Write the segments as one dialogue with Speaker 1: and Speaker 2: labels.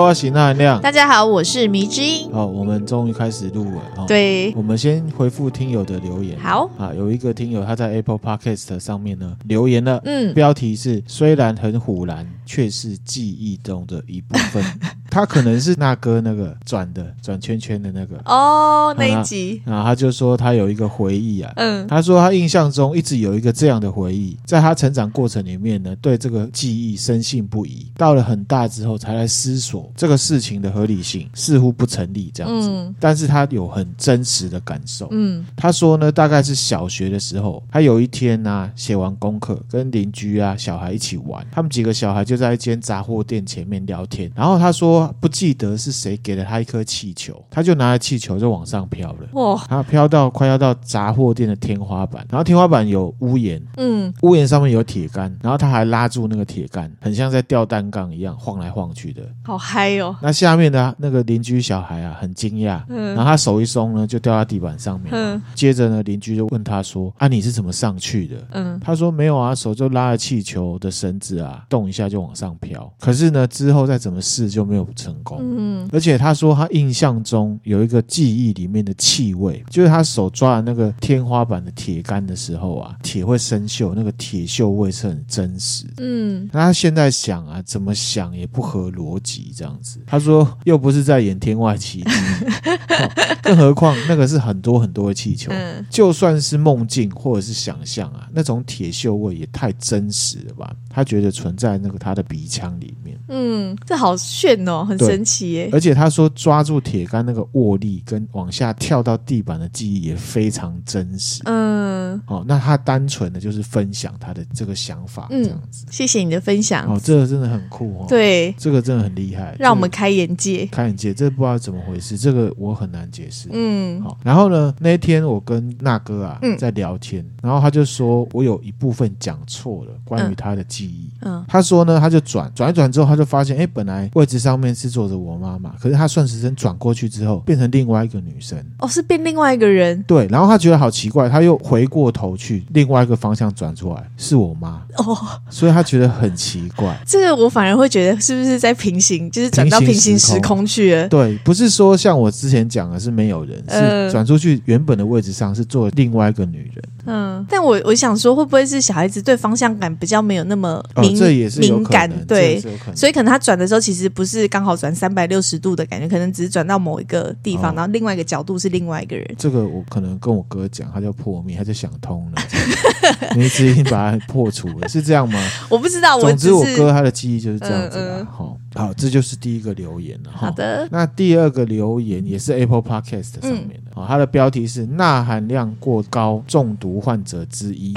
Speaker 1: 花型的含量。
Speaker 2: 大家好，我是迷之音。
Speaker 1: 好，我们终于开始录了啊！，
Speaker 2: 对，
Speaker 1: 我们先回复听友的留言。
Speaker 2: 好，
Speaker 1: 啊，有一个听友他在 Apple Podcast 上面呢留言了，
Speaker 2: 嗯，
Speaker 1: 标题是“虽然很虎然，却是记忆中的一部 分” 。他可能是那哥那个转的转圈圈的那个，
Speaker 2: 哦，那
Speaker 1: 好啦
Speaker 2: 一集，
Speaker 1: 然后他就说他有一个回忆啊，
Speaker 2: 嗯，
Speaker 1: 他说他印象中一直有一个这样的回忆，在他成长过程里面呢，对这个记忆深信不疑。到了很大之后，才来思索这个事情的合理性，似乎不成立这样子。
Speaker 2: 嗯
Speaker 1: 但是他有很真实的感受。
Speaker 2: 嗯
Speaker 1: 他说呢，大概是小学的时候，他有一天呢、写完功课，跟邻居啊小孩一起玩，他们几个小孩就在一间杂货店前面聊天。然后他说不记得是谁给了他一颗气球，他就拿着气球就往上飘了。
Speaker 2: 哇，
Speaker 1: 它飘到快要到杂货店的天花板，然后天花板有屋檐，
Speaker 2: 嗯，
Speaker 1: 屋檐上面有铁杆，然后他还拉住那个铁杆，很像在吊单杠一样晃来晃去的。
Speaker 2: 好嗨哦，
Speaker 1: 那下面的啊那个邻居小孩啊，很惊讶，然后
Speaker 2: 嗯
Speaker 1: 他手一松呢，就掉到地板上面。
Speaker 2: 嗯
Speaker 1: 接着呢，邻居就问他说：“啊，你是怎么上去的？”
Speaker 2: 嗯，
Speaker 1: 他说没有啊，手就拉着气球的绳子啊，动一下就往上飘。可是呢，之后再怎么试就没有成功。
Speaker 2: 嗯
Speaker 1: 而且他说他印象中有一个记忆里面的气味，就是他手抓的那个天花板的铁杆的时候啊，铁会生锈，那个铁锈味是很真实的。
Speaker 2: 嗯，
Speaker 1: 那他现在想啊，怎么想也不合逻辑，这样子。他说又不是在演天外奇迹、哦更何况那个是很多很多的气球，
Speaker 2: 嗯
Speaker 1: 就算是梦境或者是想象啊，那种铁锈味也太真实了吧？他觉得存在那个他的鼻腔里面。
Speaker 2: 嗯，这好炫哦，很
Speaker 1: 对
Speaker 2: 神奇耶，
Speaker 1: 而且他说抓住铁杆那个握力跟往下跳到地板的记忆也非常真实。
Speaker 2: 嗯，
Speaker 1: 哦，那他单纯的就是分享他的这个想法，
Speaker 2: 嗯
Speaker 1: 这样子。
Speaker 2: 谢谢你的分享，
Speaker 1: 哦，这个真的很酷哦。，
Speaker 2: 对，
Speaker 1: 这个真的很厉害，
Speaker 2: 让我们开眼界
Speaker 1: 这个，开眼界。这不知道怎么回事，这个我很难解释。
Speaker 2: 嗯
Speaker 1: 好，然后呢？那一天我跟那哥啊、
Speaker 2: 嗯
Speaker 1: 在聊天，然后他就说我有一部分讲错了，关于
Speaker 2: 嗯
Speaker 1: 他的记忆。
Speaker 2: 嗯
Speaker 1: 他说呢，他就转转一转之后，他就发现，哎，本来位置上面是坐着我妈妈，可是他顺时针转过去之后，变成另外一个女生。
Speaker 2: 哦，是变另外一个人
Speaker 1: 对，然后他觉得好奇怪，他又回过头去另外一个方向转出来，是我妈，
Speaker 2: 哦，
Speaker 1: 所以他觉得很奇 怪。
Speaker 2: 这个我反而会觉得是不是在平行，就是转到
Speaker 1: 平
Speaker 2: 平
Speaker 1: 行
Speaker 2: 行
Speaker 1: 时
Speaker 2: 时空去了，
Speaker 1: 对，不是说像我之前讲的是没有人，是
Speaker 2: 呃
Speaker 1: 转出去原本的位置上是坐了另外一个女人。
Speaker 2: 嗯，但我我想说，会不会是小孩子对方向感比较没有那么
Speaker 1: 哦
Speaker 2: 敏、，
Speaker 1: 这也是有
Speaker 2: 敏
Speaker 1: 可
Speaker 2: 感
Speaker 1: 能，，这也
Speaker 2: 对
Speaker 1: 是，有可能。
Speaker 2: 所以可能他转的时候其实不是刚好转三百六十度的感觉，可能只是转到某一个地方，
Speaker 1: 哦
Speaker 2: 然后另外一个角度是另外一个人。
Speaker 1: 这个我可能跟我哥讲，他就破灭，他就想通了， 你已经把它破除了，是这样吗？
Speaker 2: 啊我不知道，
Speaker 1: 总
Speaker 2: 只
Speaker 1: 之，我
Speaker 2: 是
Speaker 1: 哥他的记忆就是这样子啦
Speaker 2: 嗯。
Speaker 1: 好、好，这就是第一个留言了。
Speaker 2: 好
Speaker 1: 哈。
Speaker 2: 的，嗯
Speaker 1: 那第二个留言也是 Apple Podcast 上面的，哦，它的标题是“钠含量过高中毒患者之一”，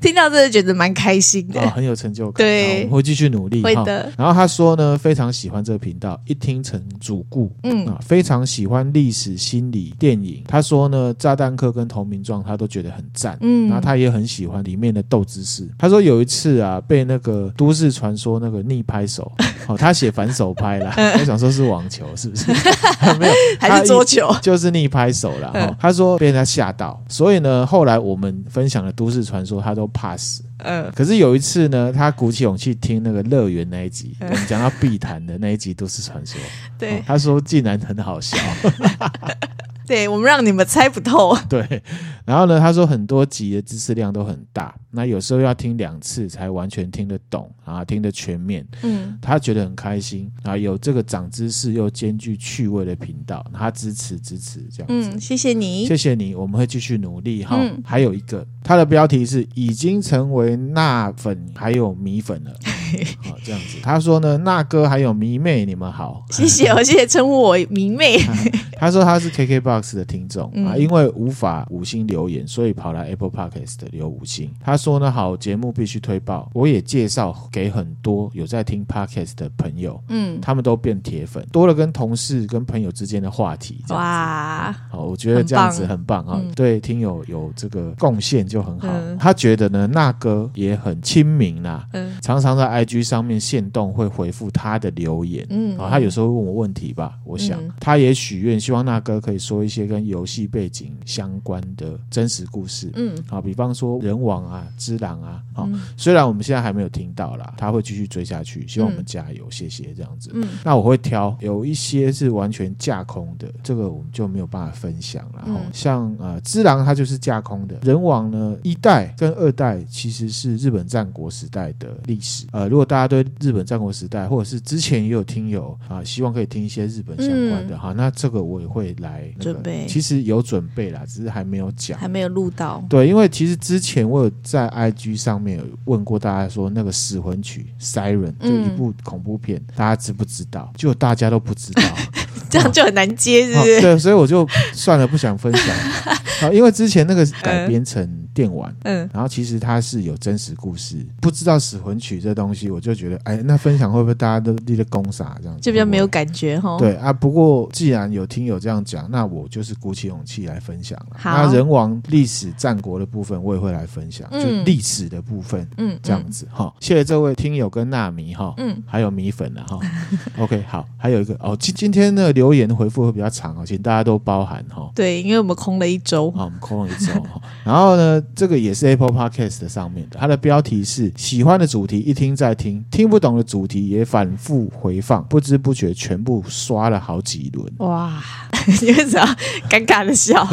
Speaker 2: 听到这个觉得蛮开心 的，
Speaker 1: 啊、很有成就感。
Speaker 2: 对
Speaker 1: 好我们会继续努力。
Speaker 2: 会
Speaker 1: 哈
Speaker 2: 的
Speaker 1: 然后他说呢，非常喜欢这个频道，一听成主顾。
Speaker 2: 嗯
Speaker 1: 啊，非常喜欢历史、心理、电影。他说呢，《炸弹客》跟《投名状》他都觉得很赞。
Speaker 2: 嗯
Speaker 1: 然后他也很喜欢里面的斗知识。他说有一次啊，被那个都市传说那个逆拍手， 哦，他写反手拍 啦，我想说是网球是不是？ 没有，
Speaker 2: 嗯还是桌球，
Speaker 1: 就是逆拍手啦。
Speaker 2: 嗯
Speaker 1: 哈，他说被人家吓到，所以呢，后来我们分享的都市传说他都 pass。
Speaker 2: 嗯
Speaker 1: 可是有一次呢，他鼓起勇气听那个乐园那一集，我们讲到碧潭的那一集都市传说，
Speaker 2: 嗯 对、
Speaker 1: 哦他说竟然很好 笑，
Speaker 2: 对，我们让你们猜不透，
Speaker 1: 对。然后呢，他说很多集的知识量都很大，那有时候要听两次才完全听得懂啊，听得全面。
Speaker 2: 嗯
Speaker 1: 他觉得很开心啊，有这个长知识又兼具趣味的频道，他支持支持这样子。
Speaker 2: 嗯，谢谢你，
Speaker 1: 谢谢你，我们会继续努力哈。
Speaker 2: 嗯
Speaker 1: 还有一个，它的标题是“已经成为钠粉还有米粉 了”，好、这样子。他说呢，钠哥还有迷妹，你们 好。
Speaker 2: 谢谢哦，谢谢称呼我迷 妹，
Speaker 1: 他说他是 KKBOX 的听众、
Speaker 2: 嗯
Speaker 1: 啊，因为无法五星留言，所以跑来 Apple Podcast 留五星。他说呢，好节目必须推爆，我也介绍给很多有在听 Podcast 的朋友，
Speaker 2: 嗯，
Speaker 1: 他们都变铁粉，多了跟同事跟朋友之间的话题。这样子
Speaker 2: 哇，
Speaker 1: 好，我觉得这样子
Speaker 2: 很
Speaker 1: 很棒啊、
Speaker 2: 嗯
Speaker 1: 对听友有这个贡献就很好。
Speaker 2: 嗯
Speaker 1: 他觉得呢，那哥也很亲民啦、啊
Speaker 2: 嗯
Speaker 1: 常常在 IG 上面限动会回复他的留言。
Speaker 2: 嗯
Speaker 1: 啊，他有时候会问我问题吧，我想、
Speaker 2: 嗯
Speaker 1: 他也许愿，希望那哥可以说一些跟游戏背景相关的真实故事。
Speaker 2: 嗯
Speaker 1: 啊，比方说人王啊、之狼啊，啊，
Speaker 2: 嗯
Speaker 1: 虽然我们现在还没有听到啦，他会继续追下去，希望我们加油，谢谢这样子。
Speaker 2: 嗯
Speaker 1: 那我会挑有一些是完全架空的，这个我们就没有办法分享了。
Speaker 2: 嗯
Speaker 1: 哦像呃，之狼它就是架空的，人王呢一代跟二代其实是日本战国时代的历史。呃，如果大家对日本战国时代，或者是之前也有听友啊、希望可以听一些日本相关的哈、那这个我也会来、那个、
Speaker 2: 嗯准备
Speaker 1: 其实有准备啦，只是还没有讲
Speaker 2: 还。没有录到，
Speaker 1: 对，因为其实之前我有在 IG 上面有问过大家说，那个《死魂曲》Siren 就
Speaker 2: 嗯
Speaker 1: 一部恐怖片，大家知不知道？结果大家都不知道，
Speaker 2: 这样就很难接，是
Speaker 1: 啊
Speaker 2: 不 是？
Speaker 1: 对，所以我就算了，不想分享。 啊，因为之前那个改编成电玩。
Speaker 2: 嗯，
Speaker 1: 然后其实它是有真实故事，不知道《死魂曲》这东西，我就觉得，哎，那分享会不会大家都立了攻杀这样子？
Speaker 2: 就比较没有
Speaker 1: 会
Speaker 2: 感觉哈。
Speaker 1: 不会。对啊，不过既然有听友这样讲，那我就是鼓起勇气来分享了。
Speaker 2: 好
Speaker 1: 那人王历史战国的部分，我也会来分享，就
Speaker 2: 嗯
Speaker 1: 历史的部分
Speaker 2: 嗯，嗯，
Speaker 1: 这样子哈。谢谢这位听友跟纳米哈。
Speaker 2: 嗯，
Speaker 1: 还有米粉 啊哈，OK 好，还有一个哦，今今天的留言回复会比较长哦，请大家都包涵哈。
Speaker 2: 对，因为我们空了一周，
Speaker 1: 啊，我们空了一周 哈。然后呢，这个也是 Apple Podcast 的上面的，它的标题是“喜欢的主题一听再听，听不懂的主题也反复回放，不知不觉全部刷了好几轮。
Speaker 2: 哇， 你为什么尴尬 的笑？”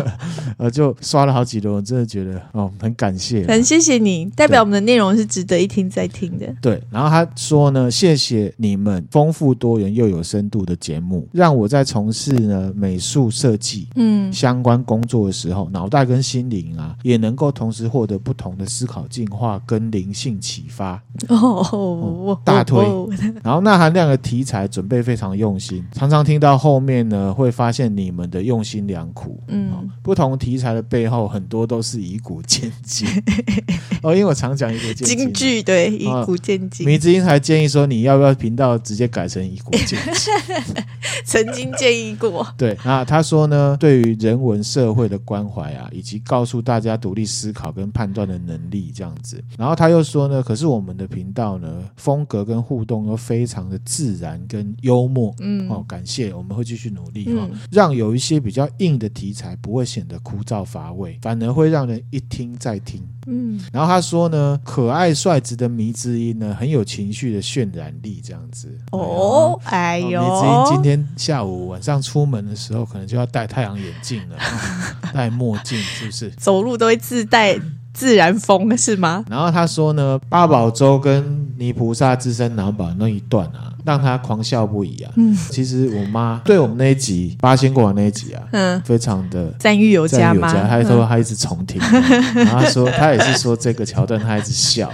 Speaker 1: 呃，就刷了好几轮，我真的觉得哦，很感谢啦。
Speaker 2: 很谢谢你，代表我们的内容是值得一听再听的。
Speaker 1: 对，然后他说呢，谢谢你们丰富多元又有深度的节目，让我在从事呢美术设计
Speaker 2: 嗯
Speaker 1: 相关工作的时候，脑袋跟心灵啊，也能够同时获得不同的思考进化跟灵性启发。
Speaker 2: 哦，哦
Speaker 1: 大推
Speaker 2: 哦
Speaker 1: 然后钠含量的题材准备非常用心，常常听到后面呢，会发现你们的用心良苦。哦
Speaker 2: 嗯，
Speaker 1: 不同题材的背后，很多都是以古见 今。哦，因为我常讲以古见今
Speaker 2: 京
Speaker 1: 啊。
Speaker 2: 剧对，以
Speaker 1: 啊
Speaker 2: 古见今，
Speaker 1: 迷之音还建议说，你要不要频道直接改成以古 见今？
Speaker 2: 曾经建议过。
Speaker 1: 对，那他说呢，对于人文社会的关怀啊，以及告诉大家独立思考跟判断的能力这样子。然后他又说呢，可是我们的频道呢，风格跟互动都非常的自然跟幽默，
Speaker 2: 嗯
Speaker 1: 哦，感谢，我们会继续努力哦哈、
Speaker 2: 嗯
Speaker 1: 让有一些比较硬的题材不会显得枯燥乏味，反而会让人一听再听。
Speaker 2: 嗯，
Speaker 1: 然后他说呢，可爱率直的迷之音呢，很有情绪的渲染力，这样子。
Speaker 2: 哦，哎
Speaker 1: 哎呦，
Speaker 2: 呦，
Speaker 1: 迷之音今天下午晚上出门的时候，可能就要戴太阳眼镜了， 戴墨镜是不是？
Speaker 2: 走路都会自带自然风是吗？
Speaker 1: 然后他说呢，八宝粥跟泥菩萨自身难保那一段啊，让他狂笑不已啊。
Speaker 2: 嗯
Speaker 1: 其实我妈对我们那一集八仙过往那一集啊，
Speaker 2: 嗯，
Speaker 1: 非常的
Speaker 2: 赞誉有
Speaker 1: 在
Speaker 2: 加
Speaker 1: 有
Speaker 2: 吗？嗯
Speaker 1: 加，他说他一直重听，然后他说他也是说这个桥段他一直笑，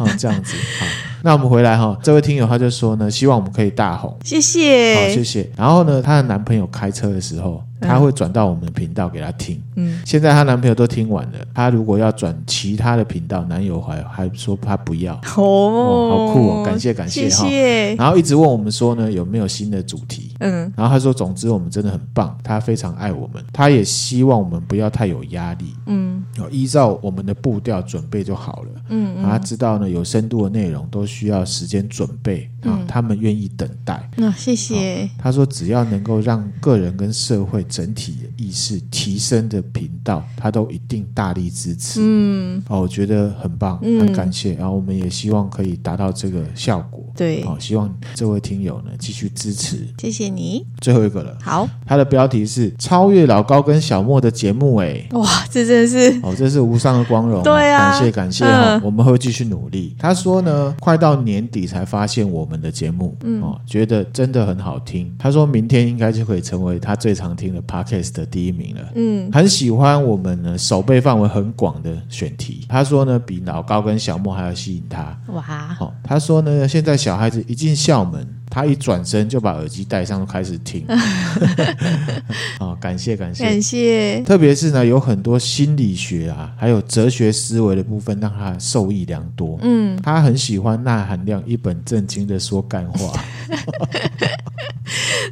Speaker 1: 哦这样子好。那我们回来哈、这位听友他就说呢，希望我们可以大红，
Speaker 2: 谢
Speaker 1: 好、谢
Speaker 2: 谢，
Speaker 1: 谢。然后呢，她的男朋友开车的时候，她会转到我们的频道给她听。
Speaker 2: 嗯，
Speaker 1: 现在她男朋友都听完了，她如果要转其他的频道，男友还还说她不要。
Speaker 2: 哦，
Speaker 1: 哦好酷哦感谢感谢
Speaker 2: 谢谢，
Speaker 1: 然后一直问我们说呢有没有新的主题，
Speaker 2: 嗯
Speaker 1: 然后她说总之我们真的很棒，她非常爱我们，她也希望我们不要太有压力，
Speaker 2: 嗯
Speaker 1: 哦，依照我们的步调准备就好了。
Speaker 2: 嗯
Speaker 1: 啊，知道呢有深度的内容都需要时间准备啊，
Speaker 2: 嗯
Speaker 1: 他们愿意等待。
Speaker 2: 嗯，那谢谢，
Speaker 1: 他说，只要能够让个人跟社会整体的意识提升的频道，他都一定大力支持。
Speaker 2: 嗯，
Speaker 1: 哦，我觉得很棒，
Speaker 2: 嗯
Speaker 1: 很感谢。啊然后我们也希望可以达到这个效果。
Speaker 2: 对，
Speaker 1: 哦，希望这位听友呢继续支持。
Speaker 2: 谢谢你，
Speaker 1: 最后一个了，
Speaker 2: 好，
Speaker 1: 他的标题是“超越老高跟小莫的节目”哎。
Speaker 2: 哇，这真的是，
Speaker 1: 哦，这是无上的光荣、
Speaker 2: 对啊
Speaker 1: 感谢感谢哈、
Speaker 2: 嗯
Speaker 1: 我们会继续努力。他说呢，快到年底才发现我们的节目，
Speaker 2: 嗯
Speaker 1: 哦，觉得真的很好听。他说明天应该就可以成为他最常听的 podcast 的第一名了。
Speaker 2: 嗯
Speaker 1: 很喜欢我们呢，手背范围很广的选题。他说呢，比老高跟小莫还要吸引他。
Speaker 2: 哇，
Speaker 1: 哦，他说呢，现在小孩子一进校门，他一转身就把耳机戴上，开始 听。 哦，感谢感谢，
Speaker 2: 感谢，
Speaker 1: 特别是呢，有很多心理学啊，还有哲学思维的部分，让他受益良多。
Speaker 2: 嗯，
Speaker 1: 他很喜欢钠含量一本正经的说干 话，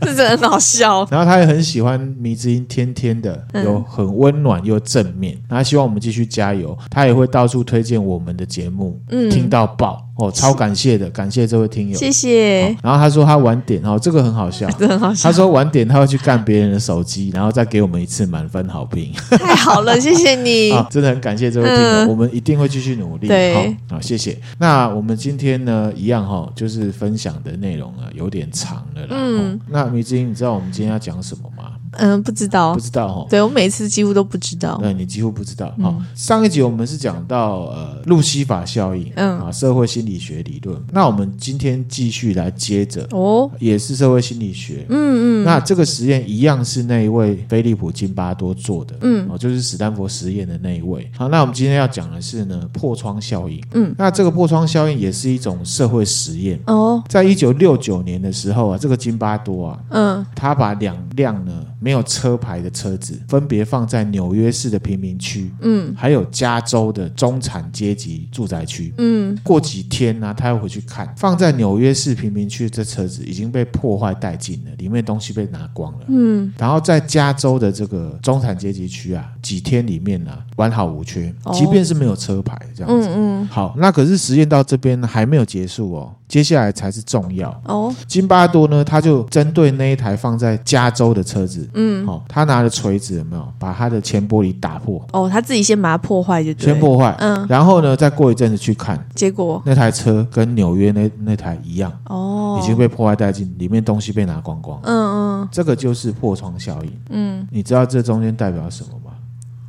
Speaker 2: 这真的很好笑，
Speaker 1: 然后他也很喜欢迷之音，天天的
Speaker 2: 嗯
Speaker 1: 有很温暖又正面。他希望我们继续加油，他也会到处推荐我们的节目，
Speaker 2: 嗯
Speaker 1: 听到爆、哦哦，超感谢的，感谢这位听友。
Speaker 2: 谢谢
Speaker 1: 哦，然后他说他晚点哦，这个很好 笑。
Speaker 2: 真的很好笑，
Speaker 1: 他说晚点他会去干别人的手机，然后再给我们一次满分好 评。
Speaker 2: 太 好了，谢谢你。
Speaker 1: 啊，真的很感谢这位听友，
Speaker 2: 嗯
Speaker 1: 我们一定会继续努力。
Speaker 2: 对
Speaker 1: 好，好，谢谢。那我们今天呢，一样哈、就是分享的内容啊，有点长了啦。
Speaker 2: 嗯
Speaker 1: 嗯，那迷之音，你知道我们今天要讲什么吗？
Speaker 2: 嗯，不知道
Speaker 1: 不，知道哈、
Speaker 2: 对嗯我每次几乎都不知道。
Speaker 1: 对你几乎不知道。好、上一集我们是讲到呃路西法效应，
Speaker 2: 嗯
Speaker 1: 啊，社会心理学理论。那我们今天继续来接着，
Speaker 2: 哦，
Speaker 1: 也是社会心理学。嗯嗯。那这个实验一样是那一位菲利普金巴多做的，嗯，哦，就是史丹佛实验的那一位。好，那我们今天要讲的是呢破窗效应。嗯，那这个破窗效应也是一种社会实验。
Speaker 2: 哦，
Speaker 1: 在一九六九年的时候啊，这个金巴多啊，
Speaker 2: 嗯，
Speaker 1: 他把两辆呢没有车牌的车子分别放在纽约市的贫民区，嗯，还有加州的中产阶级住宅区，嗯，过几天呢、他又回去看，放在纽约市贫民区这车子已经被破坏殆尽了，里面东西被拿光了，嗯，然后在加州的这个中产阶级区啊，几天里面呢、完好无缺，
Speaker 2: 哦
Speaker 1: 即便是没有车牌这样子，嗯嗯，好，那可是实验到这边呢还没有结束哦，接下来才是重要，
Speaker 2: 哦，
Speaker 1: 金巴多呢，他就针对那一台放在加州的车子，嗯，好、他拿着锤子有没有把他的前玻璃打破，
Speaker 2: 哦，他自己先把它破坏就对了。
Speaker 1: 先破坏，
Speaker 2: 嗯，
Speaker 1: 然后呢，再过一阵子去看
Speaker 2: 结果
Speaker 1: 那台车跟纽约那那台一样，
Speaker 2: 哦，
Speaker 1: 已经被破坏殆尽，里面东西被拿光光，
Speaker 2: 嗯嗯
Speaker 1: 这个就是破窗效应。嗯，你知道这中间代表什么吗？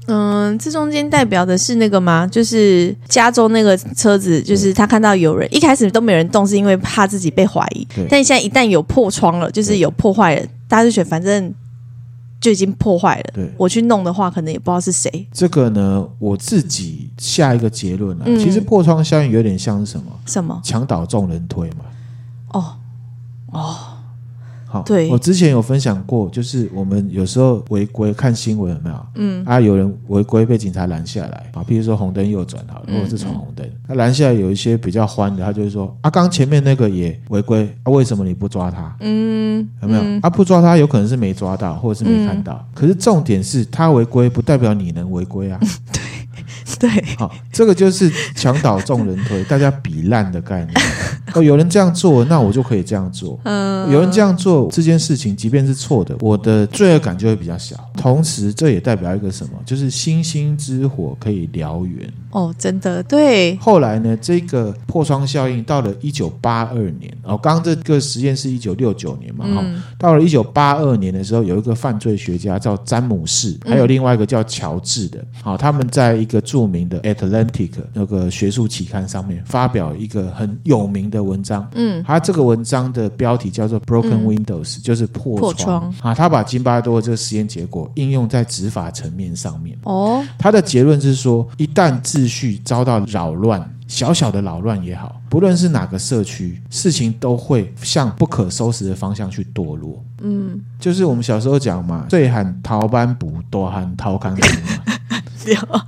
Speaker 2: 嗯，这中间代表的是那个吗？就是加州那个车子，就是他看到有人一开始都没人动，是因为怕自己被怀疑
Speaker 1: 对。
Speaker 2: 但现在一旦有破窗了，就是有破坏了，大家就觉得反正就已经破坏了。
Speaker 1: 对，
Speaker 2: 我去弄的话，可能也不知道是谁，
Speaker 1: 这个呢，我自己下一个结论啊，
Speaker 2: 嗯
Speaker 1: 其实破窗效应有点像是什么？
Speaker 2: 什么
Speaker 1: 墙倒众人推嘛。
Speaker 2: 哦，
Speaker 1: 好，
Speaker 2: 对
Speaker 1: 我之前有分享过，就是我们有时候违规看新闻有没有？嗯，啊，有人违规被警察拦下来啊，譬如说红灯右转好了，或者是闯红灯，他拦下来有一些比较欢的，他就会说啊，刚前面那个也违规，啊，为什么你不抓他？嗯，有没有？啊，不抓他有可能是没抓到，或者是没看到。可是重点是他违规，不代表你能违规啊。
Speaker 2: 对，
Speaker 1: 好，这个就是墙倒众人推，大家比烂的概念。哦，有人这样做，那我就可以这样做。嗯，有人这样做这件事情，即便是错的，我的罪恶感就会比较小。同时，这也代表一个什么？就是星星之火可以燎原。
Speaker 2: 哦，真的对，
Speaker 1: 后来呢，这个破窗效应到了一九八二年，哦，刚刚这个实验是一九六九年嘛，哈、
Speaker 2: 嗯
Speaker 1: 到了一九八二年的时候，有一个犯罪学家叫詹姆士，
Speaker 2: 嗯
Speaker 1: 还有另外一个叫乔治的，好、他们在一个著名的《Atlantic》那个学术期刊上面发表一个很有名的文章，嗯，他这个文章的标题叫做《Broken Windows》，就是破
Speaker 2: 嗯破
Speaker 1: 窗
Speaker 2: 窗
Speaker 1: 啊，他把津巴多这个实验结果应用在执法层面上面。
Speaker 2: 哦，
Speaker 1: 他的结论是说，一旦秩序遭到扰乱，小小的扰乱也好，不论是哪个社区，事情都会向不可收拾的方向去堕落。嗯，就是我们小时候讲嘛，最喊逃班不，多喊逃康停嘛。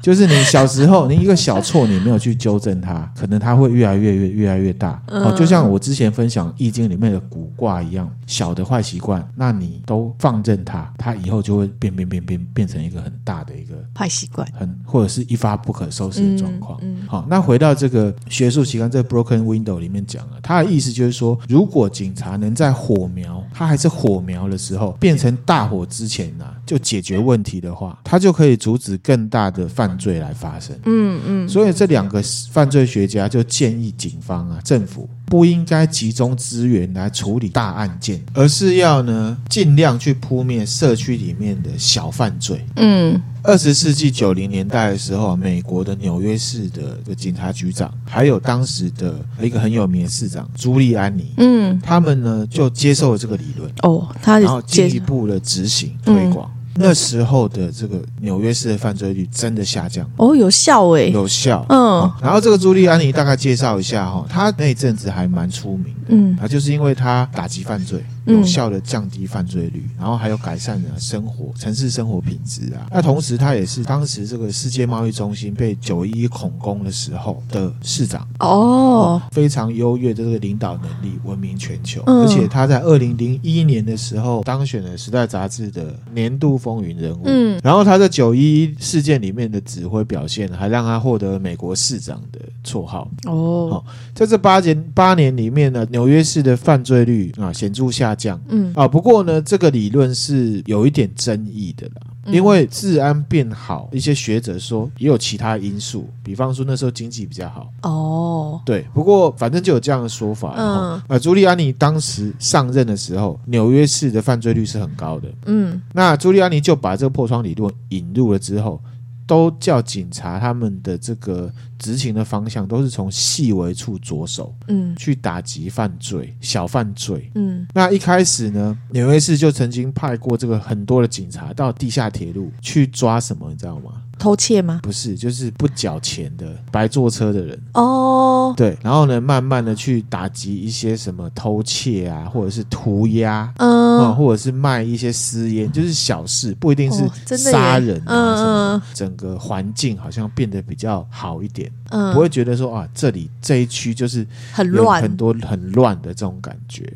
Speaker 1: 就是你小时候，你一个小错，你没有去纠正它，可能它会越来越越越来越大。哦，就像我之前分享《易经》里面的古卦一样，小的坏习惯，那你都放任它，它以后就会变变变变变成一个很大的一个
Speaker 2: 坏习惯，
Speaker 1: 很或者是一发不可收拾的状况。
Speaker 2: 嗯
Speaker 1: 好，那回到这个学术期刊这个 Broken Window 里面讲啊，他的意思就是说，如果警察能在火苗，他还是火苗的时候，变成大火之前呢、啊就解决问题的话，他就可以阻止更大的犯罪来发生。
Speaker 2: 嗯嗯，
Speaker 1: 所以这两个犯罪学家就建议警方啊，政府不应该集中资源来处理大案件，而是要呢尽量去扑灭社区里面的小犯罪。
Speaker 2: 嗯
Speaker 1: 二十世纪九零年代的时候，美国的纽约市的这个警察局长，还有当时的一个很有名的市长朱利安尼，
Speaker 2: 嗯，
Speaker 1: 他们呢就接受了这个理论，
Speaker 2: 哦，他嗯
Speaker 1: 然后进一
Speaker 2: 接
Speaker 1: 步的执行推广。那时候的这个纽约市的犯罪率真的下降，
Speaker 2: 哦有效哎，
Speaker 1: 有效。哦
Speaker 2: 嗯
Speaker 1: 然后这个朱利安尼大概介绍一下哈、哦，他那一阵子还蛮出名的，
Speaker 2: 嗯
Speaker 1: 啊，就是因为他打击犯罪，有效的降低犯罪率，然后还有改善了生活城市生活品质啊。那同时，他也是当时这个世界贸易中心被九一一恐攻的时候的市长。
Speaker 2: 哦，
Speaker 1: 非常优越的这个领导能力，闻名全球。
Speaker 2: 嗯
Speaker 1: 而且他在二零零一年的时候当选了《时代》杂志的年度风云人物。
Speaker 2: 嗯
Speaker 1: 然后他在九一一事件里面的指挥表现，还让他获得美国市长的绰号。
Speaker 2: 哦，
Speaker 1: 在这八年八年里面呢，纽约市的犯罪率啊显著下降。
Speaker 2: 嗯
Speaker 1: 啊，不过呢，这个理论是有一点争议的啦。
Speaker 2: 嗯
Speaker 1: 因为治安变好，一些学者说也有其他因素，比方说那时候经济比较好，
Speaker 2: 哦，
Speaker 1: 对，不过反正就有这样的说法。嗯
Speaker 2: 嗯，
Speaker 1: 呃，朱利安尼当时上任的时候，纽约市的犯罪率是很高的。
Speaker 2: 嗯
Speaker 1: 那朱利安尼就把这个破窗理论引入了之后，都叫警察他们的这个执勤的方向都是从细微处着手
Speaker 2: 嗯
Speaker 1: 去打击犯罪、小犯罪。
Speaker 2: 嗯
Speaker 1: 那一开始呢，纽约市就曾经派过这个很多的警察到地下铁路去抓什么，你知道吗？
Speaker 2: 偷窃吗？
Speaker 1: 不是，就是不缴钱的白坐车的人。
Speaker 2: 哦，
Speaker 1: 对，然后呢，慢慢的去打击一些什么偷窃啊，或者是涂鸦啊、
Speaker 2: 嗯，
Speaker 1: 或者是卖一些私烟，就是小事，不一定
Speaker 2: 哦
Speaker 1: 是
Speaker 2: 真的耶
Speaker 1: 杀人啊、
Speaker 2: 嗯
Speaker 1: 什么
Speaker 2: 嗯
Speaker 1: 的。整个环境好像变得比较好一点，
Speaker 2: 嗯，
Speaker 1: 不会觉得说啊，这里这一区就是
Speaker 2: 很
Speaker 1: 有
Speaker 2: 乱，
Speaker 1: 很多很乱的这种感觉，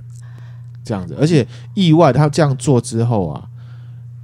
Speaker 1: 这样子。而且意外他这样做之后啊，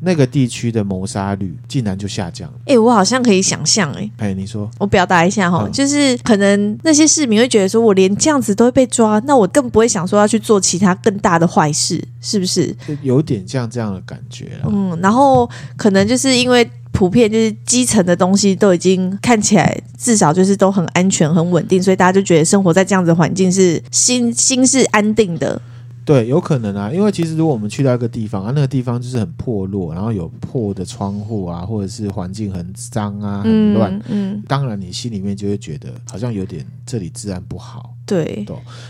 Speaker 1: 那个地区的谋杀率竟然就下降了。
Speaker 2: 哎、我好像可以想象，哎，
Speaker 1: 哎，你说
Speaker 2: 我表达一下哈，
Speaker 1: 嗯
Speaker 2: 就是可能那些市民会觉得说，我连这样子都会被抓，那我更不会想说要去做其他更大的坏事，是不是？
Speaker 1: 就有点像这样的感觉了。
Speaker 2: 嗯，然后可能就是因为普遍就是基层的东西都已经看起来至少就是都很安全、很稳定，所以大家就觉得生活在这样子的环境是心心是安定的。
Speaker 1: 对，有可能啊，因为其实如果我们去到一个地方啊，那个地方就是很破落，然后有破的窗户啊，或者是环境很脏啊、很乱，
Speaker 2: 嗯嗯，
Speaker 1: 当然你心里面就会觉得好像有点这里治安不好。
Speaker 2: 对，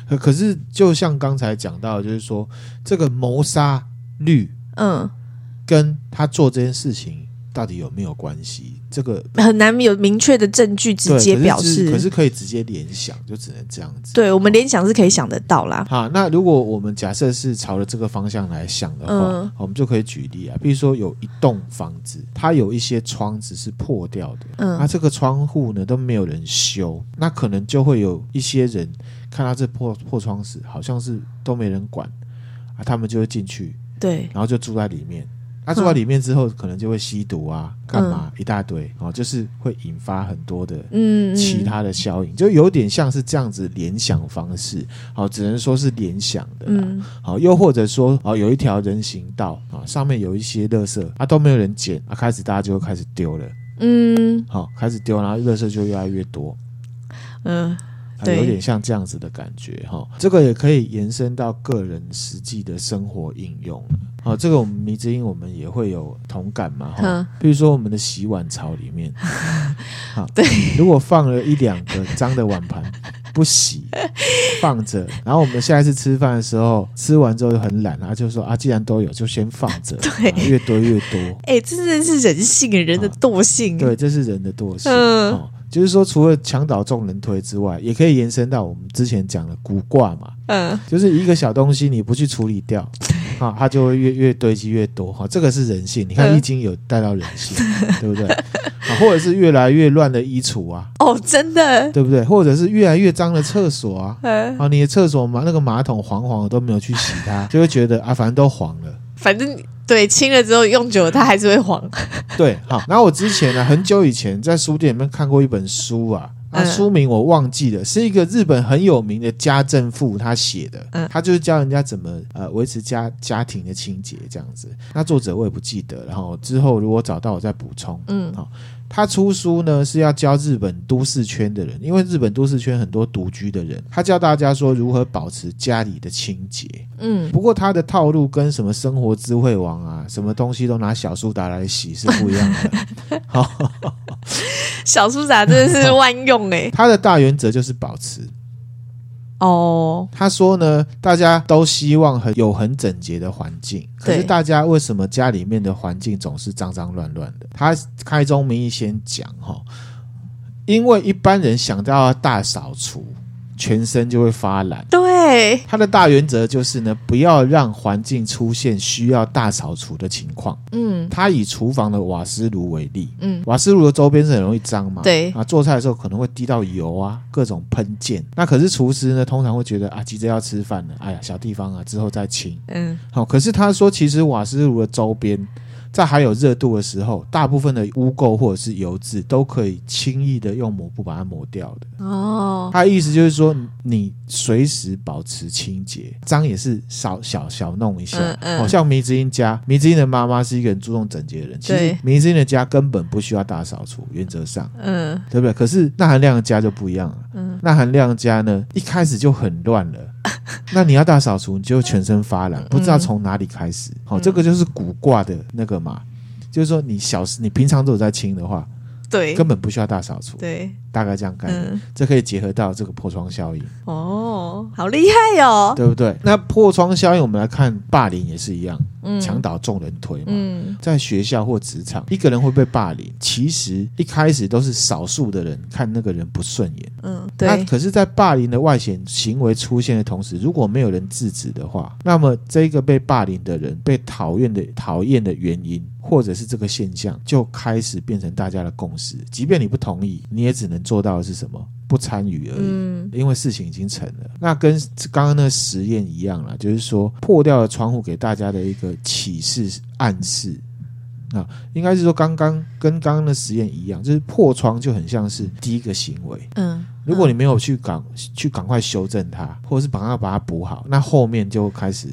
Speaker 1: 可可是就像刚才讲到的，就是说这个谋杀率
Speaker 2: 嗯，
Speaker 1: 跟他做这件事情到底有没有关系？这个
Speaker 2: 很难有明确的证据直接
Speaker 1: 对
Speaker 2: 表
Speaker 1: 可是
Speaker 2: 示。
Speaker 1: 可是可以直接联想，就只能这样子。
Speaker 2: 对我们联想是可以想得到啦。
Speaker 1: 好，那如果我们假设是朝着这个方向来想的话，
Speaker 2: 嗯
Speaker 1: 我们就可以举例啊，比如说有一栋房子，它有一些窗子是破掉的，那、
Speaker 2: 嗯
Speaker 1: 这个窗户呢都没有人修，那可能就会有一些人看到这破破窗子，好像是都没人管啊，他们就会进去，
Speaker 2: 对，
Speaker 1: 然后就住在里面。那、住在
Speaker 2: 嗯
Speaker 1: 里面之后，可能就会吸毒啊，干嘛、一大堆哦，就是会引发很多的
Speaker 2: 嗯，嗯
Speaker 1: 其他的效应，就有点像是这样子联想方式，好、只能说是联想的啦。
Speaker 2: 嗯
Speaker 1: 好、又或者说，哦，有一条人行道啊、上面有一些垃圾啊，都没有人捡啊，开始大家就会开始丢了，
Speaker 2: 嗯
Speaker 1: 好、开始丢，然后垃圾就越来越多，
Speaker 2: 嗯，
Speaker 1: 啊、
Speaker 2: 对
Speaker 1: 有点像这样子的感觉哈、这个也可以延伸到个人实际的生活应用了。好、这个我们迷之音我们也会有同感嘛哈、
Speaker 2: 嗯
Speaker 1: 比如说我们的洗碗槽里 面，好，对，如果放了一两个脏的碗盘不 洗，放着，然后我们下一次吃饭的时候，吃完之后就很懒，然后就说啊，既然都有，就先放着，
Speaker 2: 对
Speaker 1: 啊越堆越多，
Speaker 2: 哎、这真的是人性，人的惰性。
Speaker 1: 啊对，这是人的惰性。
Speaker 2: 嗯
Speaker 1: 哦就是说，除了墙倒众人推之外，也可以延伸到我们之前讲的古卦嘛，
Speaker 2: 嗯，
Speaker 1: 就是一个小东西你不去处理 掉，啊，它就会越越堆积越多。哈、这个是人性。你看《
Speaker 2: 嗯
Speaker 1: 易经》有带到人性，对不对？啊，或者是越来越乱的衣橱啊，
Speaker 2: 哦，真的，
Speaker 1: 对不对？或者是越来越脏的厕所啊，
Speaker 2: 嗯，
Speaker 1: 啊，你的厕所马那个马桶黄黄的都没有去洗它，就会觉得啊，反正都黄了。
Speaker 2: 反正对清了之后用久了，它还是会黄。
Speaker 1: 对，好。然后我之前呢、很久以前在书店里面看过一本书啊，那
Speaker 2: 嗯
Speaker 1: 书名我忘记了，是一个日本很有名的家政妇他写的，
Speaker 2: 嗯
Speaker 1: 他就是教人家怎么呃维持家家庭的清洁这样子。那作者我也不记得，然后之后如果找到我再补充。
Speaker 2: 嗯
Speaker 1: 他出书呢是要教日本都市圈的人，因为日本都市圈很多独居的人，他教大家说如何保持家里的清洁。
Speaker 2: 嗯，
Speaker 1: 不过他的套路跟什么生活智慧王啊，什么东西都拿小苏打来洗是不一样的。好，
Speaker 2: 小苏打 真的是万用哎、
Speaker 1: 他的大原则就是保持。
Speaker 2: 哦，
Speaker 1: 他说呢，大家都希望很有很整洁的环境，可是
Speaker 2: 对
Speaker 1: 大家为什么家里面的环境总是脏脏乱乱的？他开宗明义先讲哈，因为一般人想到要大扫除，全身就会发蓝。
Speaker 2: 对，
Speaker 1: 它的大原则就是呢，不要让环境出现需要大扫除的情况。
Speaker 2: 嗯
Speaker 1: 它以厨房的瓦斯炉为例，
Speaker 2: 嗯，
Speaker 1: 瓦斯炉的周边是很容易脏嘛，
Speaker 2: 对
Speaker 1: 啊，做菜的时候可能会滴到油啊，各种喷溅。那可是厨师呢，通常会觉得啊，急着要吃饭了，哎呀，小地方啊，之后再清。
Speaker 2: 嗯
Speaker 1: 好、可是他说，其实瓦斯炉的周边，在还有热度的时候，大部分的污垢或者是油渍都可以轻易的用抹布把它抹掉的。
Speaker 2: 哦，
Speaker 1: 他的意思就是说，你随时保持清洁，脏也是少小小弄一下。
Speaker 2: 嗯嗯
Speaker 1: 哦，像迷之音家，迷之音的妈妈是一个很注重整洁的人，其实
Speaker 2: 对
Speaker 1: 迷之音的家根本不需要大扫除，原则上。
Speaker 2: 嗯
Speaker 1: 对不对？可是那含量的家就不一样了。
Speaker 2: 嗯
Speaker 1: 那含量的家呢，一开始就很乱 了。那你要大扫除，你就全身发蓝，不知道从哪里开始。好、
Speaker 2: 嗯
Speaker 1: 这个就是古卦的那个嘛，就是说你小时你平常都有在清的话，
Speaker 2: 对
Speaker 1: 根本不需要大扫除，
Speaker 2: 对，
Speaker 1: 大概这样概念。
Speaker 2: 嗯
Speaker 1: 这可以结合到这个破窗效应，
Speaker 2: 哦，好厉害哦，
Speaker 1: 对不对？那破窗效应，我们来看霸凌也是一样，
Speaker 2: 嗯
Speaker 1: 墙倒众人推嘛。
Speaker 2: 嗯
Speaker 1: 在学校或职场，一个人会被霸凌，其实一开始都是少数的人看那个人不顺眼。
Speaker 2: 嗯，
Speaker 1: 那呃
Speaker 2: 对，
Speaker 1: 可是，在霸凌的外显行为出现的同时，如果没有人制止的话，那么这个被霸凌的人被讨厌的讨厌的原因，或者是这个现象，就开始变成大家的共识。即便你不同意，你也只能做到的是什么？不参与而已。
Speaker 2: 嗯
Speaker 1: 因为事情已经成了，那跟刚刚那个实验一样啦，就是说破掉了窗户给大家的一个启示暗示啊，应该是说刚刚跟刚刚的实验一样，就是破窗就很像是第一个行为，
Speaker 2: 嗯，
Speaker 1: 如果你没有去赶去赶快修正它，或者是赶快把它补好，那后面就开始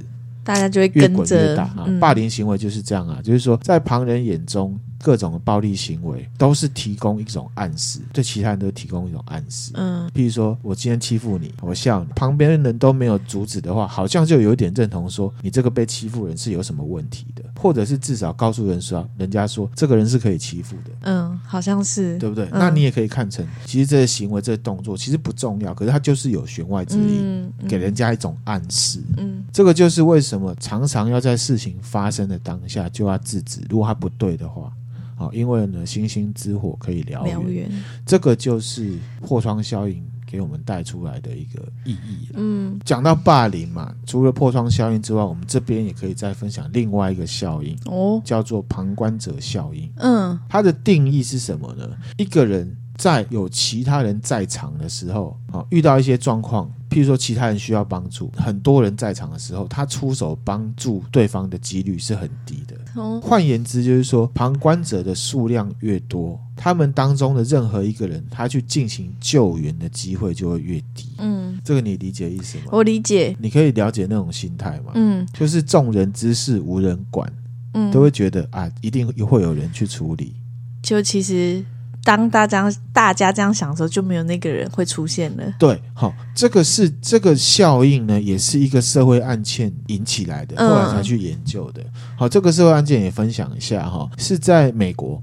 Speaker 2: 大家就会
Speaker 1: 越
Speaker 2: 跟
Speaker 1: 滚越
Speaker 2: 着
Speaker 1: 大啊！
Speaker 2: 嗯
Speaker 1: 霸凌行为就是这样啊，就是说在旁人眼中，各种暴力行为都是提供一种暗示，对其他人都提供一种暗示。
Speaker 2: 嗯
Speaker 1: 譬如说，我今天欺负你，我笑你，旁边的人都没有阻止的话，好像就有一点认同说你这个被欺负人是有什么问题的，或者是至少告诉人说，人家说这个人是可以欺负的。
Speaker 2: 嗯，好像是
Speaker 1: 对不对？
Speaker 2: 嗯
Speaker 1: 那你也可以看成，其实这些行为、这些动作其实不重要，可是它就是有弦外之音，
Speaker 2: 嗯
Speaker 1: 给人家一种暗示。
Speaker 2: 嗯
Speaker 1: 这个就是为什么常常要在事情发生的当下就要制止，如果它不对的话。好，因为呢，星星之火可以燎
Speaker 2: 嗯
Speaker 1: 原，
Speaker 2: 燎原，
Speaker 1: 这个就是破窗效应给我们带出来的一个意义啦。
Speaker 2: 嗯
Speaker 1: 讲到霸凌嘛，除了破窗效应之外，我们这边也可以再分享另外一个效应，
Speaker 2: 哦
Speaker 1: 叫做旁观者效应。
Speaker 2: 嗯
Speaker 1: 它的定义是什么呢？一个人在有其他人在场的时候，啊，遇到一些状况，譬如说其他人需要帮助，很多人在场的时候，他出手帮助对方的几率是很低的。
Speaker 2: 哦
Speaker 1: 换言之，就是说，旁观者的数量越多，他们当中的任何一个人，他去进行救援的机会就会越低。
Speaker 2: 嗯，
Speaker 1: 这个你理解意思吗？
Speaker 2: 我理解，
Speaker 1: 你可以了解那种心态吗？
Speaker 2: 嗯
Speaker 1: 就是众人之事无人管，
Speaker 2: 嗯，
Speaker 1: 都会觉得啊，一定会有人去处理。
Speaker 2: 就其实当大家大家这样想的时候，就没有那个人会出现了。
Speaker 1: 对，好、这个是这个效应呢，也是一个社会案件引起来的，
Speaker 2: 嗯
Speaker 1: 后来才去研究的。好、这个社会案件也分享一下哈、是在美国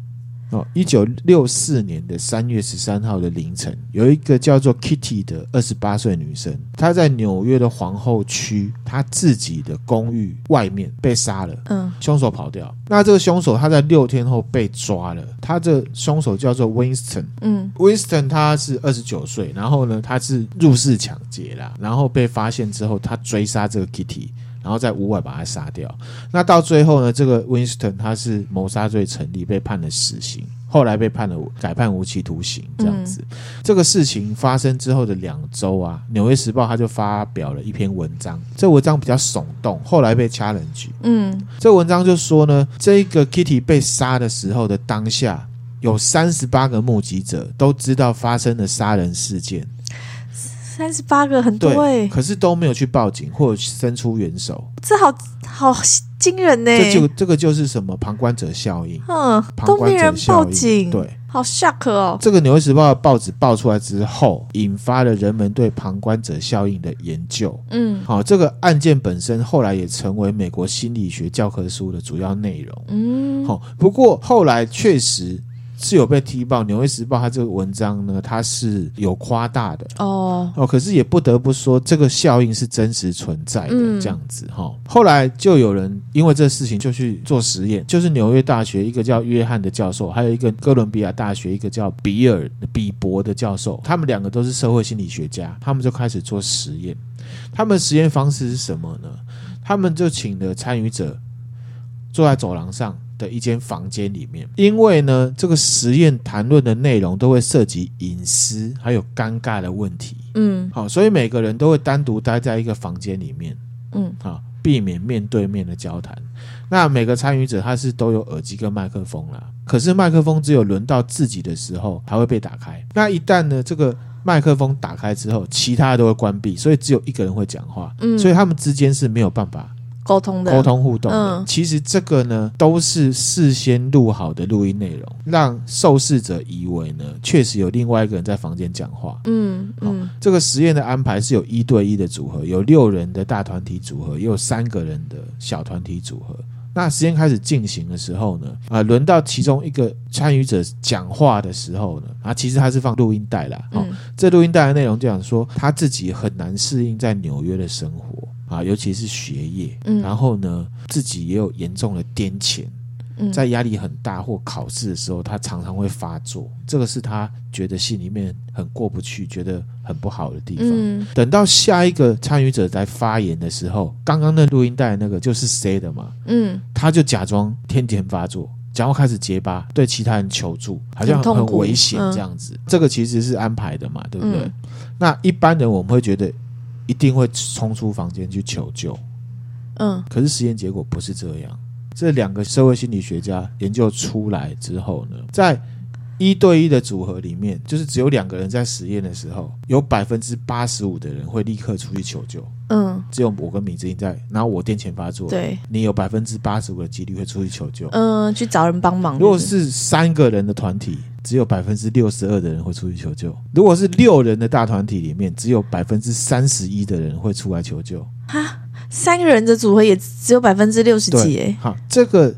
Speaker 1: 哦，一九六四年的三月十三号的凌晨，有一个叫做 Kitty 的二十八岁女生，她在纽约的皇后区她自己的公寓外面被杀了。
Speaker 2: 嗯
Speaker 1: 凶手跑掉，那这个凶手他在六天后被抓了。他这凶手叫做 Winston，
Speaker 2: 嗯
Speaker 1: Winston 他是二十九岁，然后呢，他是入室抢劫啦，然后被发现之后，他追杀这个 Kitty，然后在屋外把他杀掉。那到最后呢，这个 Winston 他是谋杀罪成立，被判了死刑，后来被判了改判无期徒刑这样子。这个事情发生之后的两周啊，《纽约时报》他就发表了一篇文章，这文章比较耸动，后来被 challenge。
Speaker 2: 嗯
Speaker 1: 这文章就说呢，这个 Kitty 被杀的时候的当下，有三十八个目击者都知道发生了杀人事件，
Speaker 2: 三十八个很多哎、
Speaker 1: 可是都没有去报警或者伸出援手。
Speaker 2: 这好好惊人呢、
Speaker 1: 这就这个就是什么旁观者效应，
Speaker 2: 嗯
Speaker 1: 旁
Speaker 2: 都没
Speaker 1: 观者
Speaker 2: 人
Speaker 1: 效
Speaker 2: 报
Speaker 1: 应。
Speaker 2: 警，，
Speaker 1: 对。
Speaker 2: 好 shock 哦，
Speaker 1: 这个《纽约时报》的报纸爆出来之后，引发了人们对旁观者效应的研究。
Speaker 2: 嗯
Speaker 1: 好、这个案件本身后来也成为美国心理学教科书的主要内容。
Speaker 2: 嗯
Speaker 1: 好、不过后来确实是有被踢爆，《纽约时报》它这个文章呢，它是有夸大的。
Speaker 2: 哦，
Speaker 1: 哦，可是也不得不说，这个效应是真实存在的，
Speaker 2: 嗯
Speaker 1: 这样子哈、后来就有人因为这事情就去做实验，就是纽约大学一个叫约翰的教授，还有一个哥伦比亚大学一个叫比尔比伯的教授，他们两个都是社会心理学家，他们就开始做实验。他们实验方式是什么呢？他们就请了参与者坐在走廊上的一间房间里面，因为呢，这个实验谈论的内容都会涉及隐私还有尴尬的问题。
Speaker 2: 嗯
Speaker 1: 好，所以每个人都会单独待在一个房间里面，
Speaker 2: 嗯
Speaker 1: 好，避免面对面的交谈。那每个参与者他是都有耳机跟麦克风啦，可是麦克风只有轮到自己的时候才会被打开。那一旦呢，这个麦克风打开之后，其他的都会关闭，所以只有一个人会讲话，
Speaker 2: 嗯，
Speaker 1: 所以他们之间是没有办法
Speaker 2: 沟通的
Speaker 1: 沟通互动的。
Speaker 2: 嗯
Speaker 1: 其实这个呢，都是事先录好的录音内容，让受试者以为呢，确实有另外一个人在房间讲话。
Speaker 2: 嗯嗯
Speaker 1: 这个实验的安排是有一对一的组合，有六人的大团体组合，也有三个人的小团体组合。那实验开始进行的时候呢，啊、轮到其中一个参与者讲话的时候呢，啊，其实他是放录音带啦，哦，
Speaker 2: 嗯
Speaker 1: 这录音带的内容就讲说他自己很难适应在纽约的生活啊，尤其是学业，
Speaker 2: 嗯
Speaker 1: 然后呢，自己也有严重的癫痫，
Speaker 2: 嗯，
Speaker 1: 在压力很大或考试的时候，他常常会发作，这个是他觉得心里面很过不去，觉得很不好的地方。
Speaker 2: 嗯
Speaker 1: 等到下一个参与者在发言的时候，刚刚那录音带那个就是 C 的嘛，
Speaker 2: 嗯
Speaker 1: 他就假装天天发作。然后开始结巴，对其他人求助，好像
Speaker 2: 很痛
Speaker 1: 很
Speaker 2: 苦
Speaker 1: 危险
Speaker 2: 嗯
Speaker 1: 这样子。这个其实是安排的嘛，对不对？
Speaker 2: 嗯
Speaker 1: 那一般人我们会觉得一定会冲出房间去求救，
Speaker 2: 嗯
Speaker 1: 可是实验结果不是这样。这两个社会心理学家研究出来之后呢，在一对一的组合里面，就是只有两个人在实验的时候，有百分之八十五的人会立刻出去求救，
Speaker 2: 嗯，
Speaker 1: 只有我跟米之英在，然后我癫痫发作，
Speaker 2: 对，
Speaker 1: 你有百分之八十五的几率会出去求救。
Speaker 2: 嗯，去找人帮忙。
Speaker 1: 如果是三个人的团体，只有百分之六十二的人会出去求救；如果是六人的大团体里面，只有百分之三十一的人会出来求救。
Speaker 2: 三个人的组合也只有百分之六十
Speaker 1: 对，
Speaker 2: 几哎，
Speaker 1: 好，这个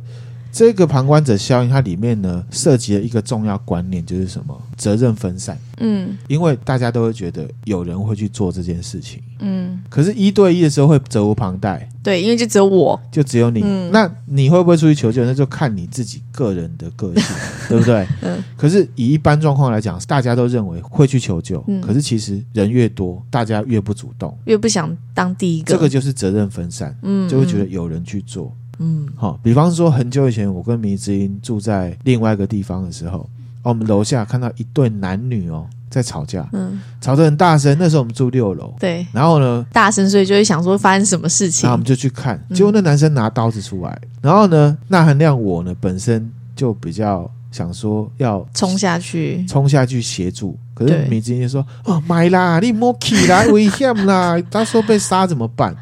Speaker 1: 这个旁观者效应，它里面呢涉及了一个重要观念，就是什么责任分散。
Speaker 2: 嗯
Speaker 1: 因为大家都会觉得有人会去做这件事情，
Speaker 2: 嗯，
Speaker 1: 可是，一对一的时候会责无旁贷，
Speaker 2: 对，因为就只有我，
Speaker 1: 就只有你。
Speaker 2: 嗯
Speaker 1: 那你会不会出去求救？那就看你自己个人的个 性，对不对？
Speaker 2: 嗯
Speaker 1: 可是以一般状况来讲，大家都认为会去求救，
Speaker 2: 嗯
Speaker 1: 可是其实人越多，大家越不主动，
Speaker 2: 越不想当第一个。
Speaker 1: 这个就是责任分散，
Speaker 2: 嗯，
Speaker 1: 就会觉得
Speaker 2: 嗯
Speaker 1: 有人去做。
Speaker 2: 嗯
Speaker 1: 好、比方说很久以前，我跟迷之音住在另外一个地方的时候，
Speaker 2: 嗯
Speaker 1: 哦，我们楼下看到一对男女哦在吵架，
Speaker 2: 嗯，
Speaker 1: 吵得很大声。那时候我们住六楼，
Speaker 2: 对，
Speaker 1: 然后呢，
Speaker 2: 大声，所以就会想说发生什么事情
Speaker 1: 然后我。们就去看，
Speaker 2: 嗯
Speaker 1: 结果那男生拿刀子出来，然后呢，那含亮我呢本身就比较想说要
Speaker 2: 冲下去，
Speaker 1: 冲下去协助，可是
Speaker 2: 对
Speaker 1: 迷之音就说：“哦，买啦，你莫起 来危险啦，到时候被杀怎么办？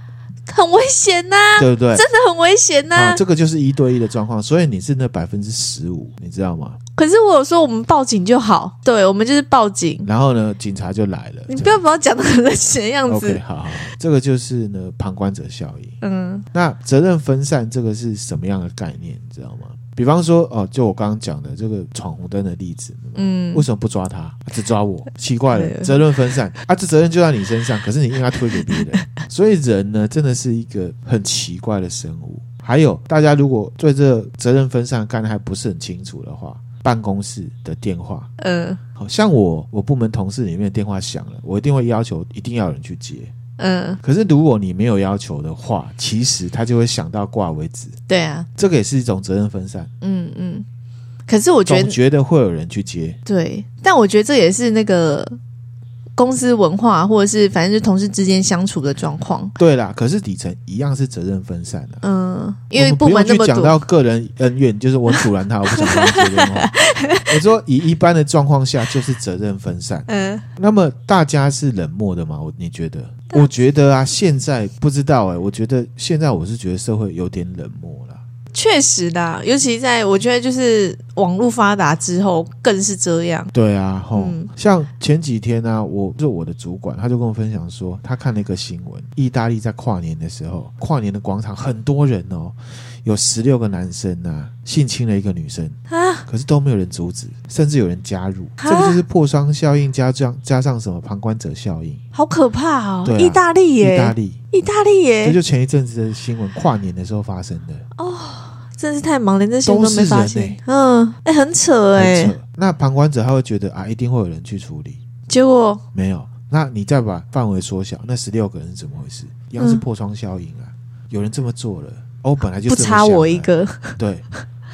Speaker 2: 很危险呐、
Speaker 1: 对不对？”
Speaker 2: 真的很危险呐、
Speaker 1: 啊，这个就是一对一的状况，所以你是那百分之十五，你知道吗？
Speaker 2: 可是我有说我们报警就好，对我们就是报警，
Speaker 1: 然后呢，警察就来了。
Speaker 2: 你不要把我讲的很危险的样
Speaker 1: OK，
Speaker 2: 子。
Speaker 1: 好好，好这个就是呢旁观者效应。
Speaker 2: 嗯
Speaker 1: 那责任分散这个是什么样的概念，你知道吗？比方说，哦，就我刚刚讲的这个闯红灯的例子，
Speaker 2: 嗯
Speaker 1: 为，什么不抓他，啊只抓 我？奇怪了，
Speaker 2: 对
Speaker 1: 责任分散啊，这责任就在你身上，可是你硬要推给别人， 所以人呢，真的是一个很奇怪的生物。还有，大家如果对这个责任分散的概念还不是很清楚的话，办公室的电话，
Speaker 2: 嗯
Speaker 1: 好像我我部门同事里面的电话响了，我一定会要求一定要有人去接。
Speaker 2: 嗯，
Speaker 1: 可是如果你没有要求的话，其实他就会想到挂为止，
Speaker 2: 对啊，
Speaker 1: 这个也是一种责任分散。
Speaker 2: 嗯嗯。可是我觉
Speaker 1: 总
Speaker 2: 得
Speaker 1: 觉得会有人去接，
Speaker 2: 对，但我觉得这也是那个公司文化，或者是反正就同事之间相处的状况。
Speaker 1: 对啦。可是底层一样是责任分散的、啊。
Speaker 2: 嗯，因为
Speaker 1: 我们
Speaker 2: 部
Speaker 1: 不用
Speaker 2: 门那
Speaker 1: 去
Speaker 2: 么
Speaker 1: 讲
Speaker 2: 多，
Speaker 1: 到个人恩怨，就是我阻拦他，我不想跟他接电 话。我说以一般的状况下，就是责任分散。
Speaker 2: 嗯，
Speaker 1: 那么大家是冷漠的吗？我你觉得？
Speaker 2: 大
Speaker 1: 我觉得啊，现在不知道哎、我觉得现在我是觉得社会有点冷漠啦。
Speaker 2: 确实啦，尤其在我觉得就是网络发达之后，更是这样。
Speaker 1: 对啊，吼，
Speaker 2: 嗯
Speaker 1: 像前几天呢、我就我的主管，他就跟我分享说，他看了一个新闻，意大利在跨年的时候，跨年的广场很多人哦，有十六个男生啊性侵了一个女生，
Speaker 2: 啊，
Speaker 1: 可是都没有人阻止，甚至有人加入，
Speaker 2: 啊
Speaker 1: 这个就是破窗效应加上加上什么旁观者效应。
Speaker 2: 好可怕哦！
Speaker 1: 对啊
Speaker 2: 意大利
Speaker 1: 意大
Speaker 2: 耶，
Speaker 1: 利，
Speaker 2: 意大
Speaker 1: 这
Speaker 2: 利耶，
Speaker 1: 就前一阵子的新闻，跨年的时候发生的，
Speaker 2: 真是太忙了，连这些都没发
Speaker 1: 都是人
Speaker 2: 现
Speaker 1: 欸。
Speaker 2: 嗯，哎，很扯
Speaker 1: 很
Speaker 2: 哎。
Speaker 1: 扯。那旁观者他会觉得啊，一定会有人去处理，
Speaker 2: 结果
Speaker 1: 没有。那你再把范围缩小，那十六个人是怎么回事？一样是
Speaker 2: 嗯
Speaker 1: 破窗效应啊，有人这么做了，哦，本来就
Speaker 2: 不
Speaker 1: 这么
Speaker 2: 差
Speaker 1: 想
Speaker 2: 我
Speaker 1: 的
Speaker 2: 一，个，
Speaker 1: 对。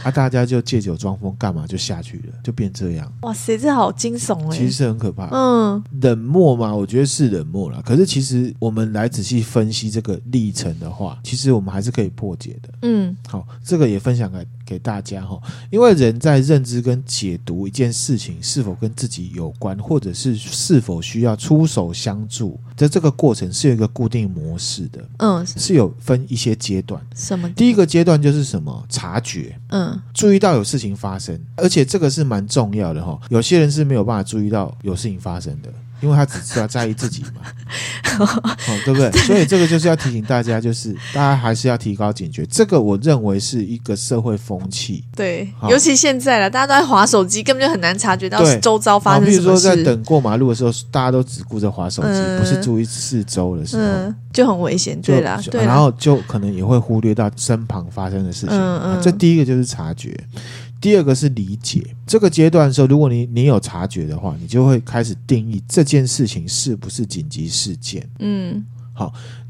Speaker 1: 啊，大家就借酒装疯，干嘛就下去了，就变这样，
Speaker 2: 哇塞，这好惊悚
Speaker 1: 其实
Speaker 2: 哎。
Speaker 1: 是很可怕的。
Speaker 2: 嗯，
Speaker 1: 冷漠吗？我觉得是冷漠啦。可是其实我们来仔细分析这个历程的话，其实我们还是可以破解的。
Speaker 2: 嗯
Speaker 1: 好，这个也分享给给大家哈，因为人在认知跟解读一件事情是否跟自己有关，或者是是否需要出手相助的这个过程，是有一个固定模式的，
Speaker 2: 嗯，
Speaker 1: 是有分一些阶段。
Speaker 2: 什么？
Speaker 1: 第一个阶段就是什么？察觉，
Speaker 2: 嗯
Speaker 1: 注意到有事情发生，而且这个是蛮重要的哈。有些人是没有办法注意到有事情发生的，因为他只知道在意自己 嘛，哦，对不对？所以这个就是要提醒大家，就是大家还是要提高警觉。这个我认为是一个社会风气。
Speaker 2: 对
Speaker 1: 好，
Speaker 2: 尤其现在了，大家都在划手机，根本就很难察觉到
Speaker 1: 对
Speaker 2: 周遭
Speaker 1: 好，
Speaker 2: 发生
Speaker 1: 比
Speaker 2: 什
Speaker 1: 如
Speaker 2: 么
Speaker 1: 说在
Speaker 2: 事，
Speaker 1: 等过马路的时候，大家都只顾着划手机，
Speaker 2: 嗯
Speaker 1: 不是注意四周的时候，
Speaker 2: 嗯，就很危险。
Speaker 1: 就
Speaker 2: 对啦，对
Speaker 1: 然
Speaker 2: 啦，
Speaker 1: 后就可能也会忽略到身旁发生的事情。啊
Speaker 2: 嗯嗯
Speaker 1: 这第一个就是察觉，第二个是理解。这个阶段的时候，如果你你有察觉的话，你就会开始定义这件事情是不是紧急事件。
Speaker 2: 嗯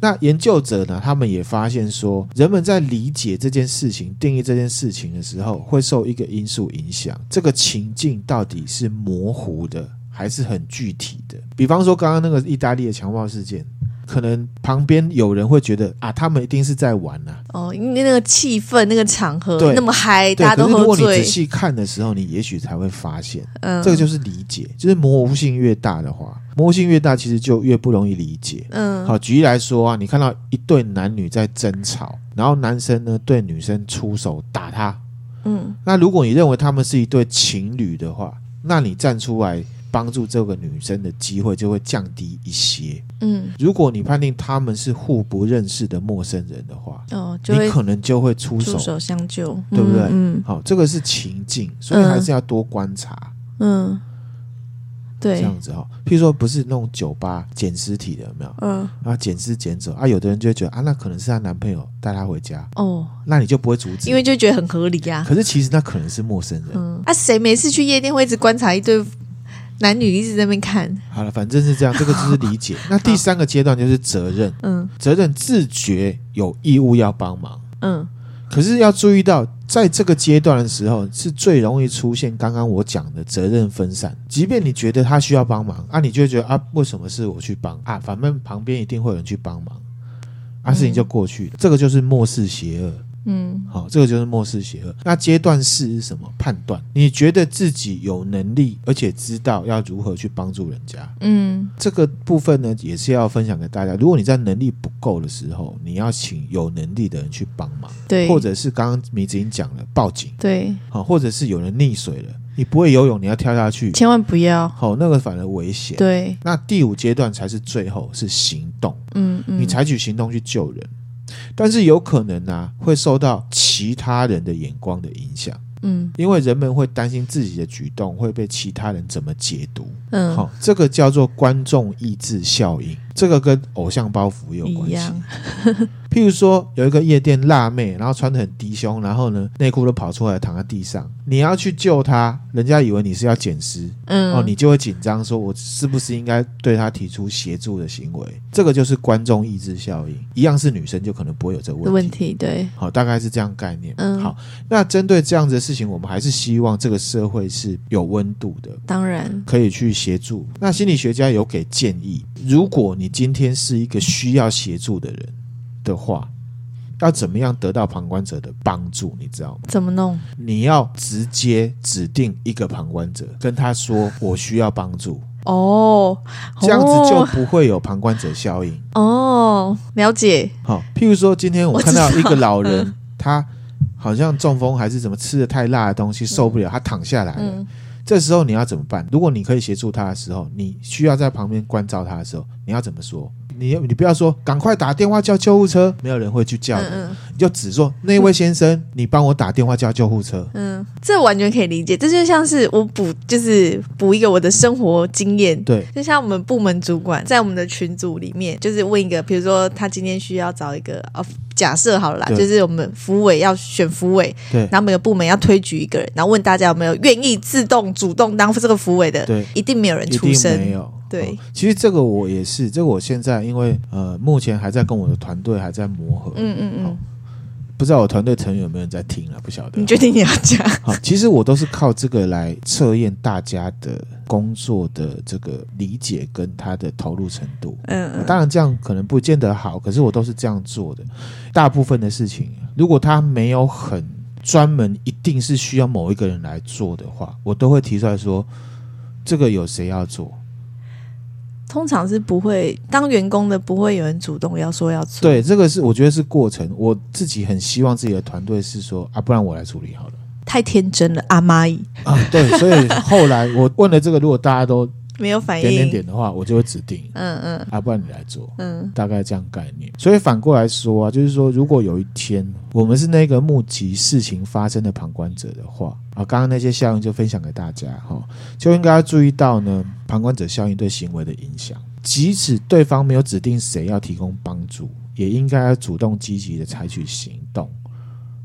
Speaker 1: 那研究者呢，他们也发现说，人们在理解这件事情、定义这件事情的时候，会受一个因素影响，这个情境到底是模糊的还是很具体的？比方说刚刚那个意大利的强暴事件。可能旁边有人会觉得啊，他们一定是在玩啊呐、
Speaker 2: 哦，因为那个气氛、那个场合
Speaker 1: 对
Speaker 2: 那么嗨，
Speaker 1: 对，
Speaker 2: 大家都
Speaker 1: 可是如
Speaker 2: 喝
Speaker 1: 果你仔
Speaker 2: 醉，
Speaker 1: 细看的时候，你也许才会发现，
Speaker 2: 嗯，
Speaker 1: 这个就是理解，就是模糊性越大的话，模糊性越大，其实就越不容易理解。
Speaker 2: 嗯，
Speaker 1: 好，举例来说啊，你看到一对男女在争吵，然后男生呢对女生出手打她，
Speaker 2: 嗯
Speaker 1: 那如果你认为他们是一对情侣的话，那你站出来帮助这个女生的机会就会降低一些。
Speaker 2: 嗯，
Speaker 1: 如果你判定他们是互不认识的陌生人的话，
Speaker 2: 哦，就
Speaker 1: 你
Speaker 2: 会
Speaker 1: 可能就会出手
Speaker 2: 出。手相救，
Speaker 1: 对不对
Speaker 2: 嗯
Speaker 1: 好，这个是情境，所以还是要多观察。
Speaker 2: 嗯，
Speaker 1: 这
Speaker 2: 对，
Speaker 1: 样子哈、哦，譬如说不是那种酒吧捡尸体的，有没有？
Speaker 2: 嗯，
Speaker 1: 啊，捡尸捡走啊，有的人就会觉得啊，那可能是她男朋友带她回家，
Speaker 2: 哦，
Speaker 1: 那你就不会阻止，
Speaker 2: 因为就觉得很合理呀、啊，
Speaker 1: 可是其实那可能是陌生人。
Speaker 2: 嗯，啊，谁没事去夜店会一直观察一对男女一直在那边看，
Speaker 1: 好了，反正是这样，这个就是理解。那第三个阶段就是责任，
Speaker 2: 嗯
Speaker 1: 责任自觉有义务要帮忙，
Speaker 2: 嗯
Speaker 1: 可是要注意到，在这个阶段的时候，是最容易出现刚刚我讲的责任分散。即便你觉得他需要帮忙，啊，你就会觉得啊，为什么是我去帮啊？反正旁边一定会有人去帮忙，啊，事情就过去了。这个就是漠视邪恶。
Speaker 2: 嗯
Speaker 1: 好，这个就是漠视邪恶。那阶段四是什么？判断，你觉得自己有能力，而且知道要如何去帮助人家。
Speaker 2: 嗯，
Speaker 1: 这个部分呢，也是要分享给大家。如果你在能力不够的时候，你要请有能力的人去帮忙，
Speaker 2: 对，
Speaker 1: 或者是刚刚米子英讲了报警，
Speaker 2: 对，
Speaker 1: 好，或者是有人溺水了，你不会游泳，你要跳下去，
Speaker 2: 千万不要，
Speaker 1: 好，那个反而危险。
Speaker 2: 对，
Speaker 1: 那第五阶段才是最后，是行动。
Speaker 2: 嗯
Speaker 1: 你
Speaker 2: 嗯，
Speaker 1: 采取行动去救人，但是有可能啊会受到其他人的眼光的影响，
Speaker 2: 嗯
Speaker 1: 因为人们会担心自己的举动会被其他人怎么解读。
Speaker 2: 嗯，
Speaker 1: 好、这个叫做观众意志效应，这个跟偶像包袱有关系
Speaker 2: 一样。
Speaker 1: 譬如说，有一个夜店辣妹，然后穿的很低胸，然后呢内裤都跑出来躺在地上，你要去救她，人家以为你是要捡尸，
Speaker 2: 嗯，
Speaker 1: 哦，你就会紧张，说我是不是应该对他提出协助的行为？这个就是观众意志效应，一样是女生就可能不会有这个
Speaker 2: 的
Speaker 1: 问
Speaker 2: 问
Speaker 1: 题。
Speaker 2: 题，对，
Speaker 1: 好，大概是这样概念。
Speaker 2: 嗯
Speaker 1: 好，那针对这样子的事情，我们还是希望这个社会是有温度的，
Speaker 2: 当然，
Speaker 1: 可以去协助。那心理学家有给建议，如果你今天是一个需要协助的人的话，要怎么样得到旁观者的帮助？你知道吗？
Speaker 2: 怎么弄？
Speaker 1: 你要直接指定一个旁观者，跟他说我需要帮助。
Speaker 2: 哦，
Speaker 1: 这样子就不会有旁观者效应。
Speaker 2: 哦哦，了解，
Speaker 1: 好、譬如说今天我
Speaker 2: 我
Speaker 1: 看
Speaker 2: 知道
Speaker 1: 到一个老人，
Speaker 2: 嗯
Speaker 1: 他好像中风还是怎么，吃的太辣的东西受不了，他躺下来了。
Speaker 2: 嗯
Speaker 1: 这时候你要怎么办？如果你可以协助他的时候，你需要在旁边关照他的时候，你要怎么说？你你不要说赶快打电话叫救护车，没有人会去叫哎的，
Speaker 2: 嗯
Speaker 1: 你就只说那位先生，你帮我打电话叫救护车。
Speaker 2: 嗯，这完全可以理解，这就像是我补，就是补一个我的生活经验。
Speaker 1: 对，
Speaker 2: 就像我们部门主管在我们的群组里面，就是问一个，比如说他今天需要找一个哦，假设好了啦，
Speaker 1: 对
Speaker 2: 就是我们服委要选服委，
Speaker 1: 对
Speaker 2: 然后每个部门要推举一个人，然后问大家有没有愿意自动主动当这个服委的，
Speaker 1: 对，
Speaker 2: 一定没有人
Speaker 1: 一
Speaker 2: 出
Speaker 1: 定
Speaker 2: 声，
Speaker 1: 没有。
Speaker 2: 对
Speaker 1: 哦其实这个我也是，这个我现在因为呃，目前还在跟我的团队还在磨合，
Speaker 2: 嗯嗯嗯
Speaker 1: 好，不知道我团队成员有没有人在听啊？不晓得。
Speaker 2: 你决定你要讲，
Speaker 1: 好，其实我都是靠这个来测验大家的工作的这个理解跟他的投入程度。
Speaker 2: 嗯嗯
Speaker 1: 当然，这样可能不见得好，可是我都是这样做的。大部分的事情，如果他没有很专门，一定是需要某一个人来做的话，我都会提出来说，这个有谁要做？
Speaker 2: 通常是不会当员工的，不会有人主动要说要做。
Speaker 1: 对，这个是我觉得是过程。我自己很希望自己的团队是说啊，不然我来处理好了
Speaker 2: 太天真了，阿妈伊
Speaker 1: 啊。对，所以后来我问了这个，如果大家都
Speaker 2: 没有反应。
Speaker 1: 点点点的话，我就会指定
Speaker 2: 嗯嗯
Speaker 1: 啊，不然你来做。
Speaker 2: 嗯
Speaker 1: 大概这样概念。所以反过来说啊，就是说，如果有一天我们是那个目击事情发生的旁观者的话，啊，刚刚那些效应就分享给大家哈、就应该要注意到呢，旁观者效应对行为的影响。即使对方没有指定谁要提供帮助，也应该要主动积极的采取行动，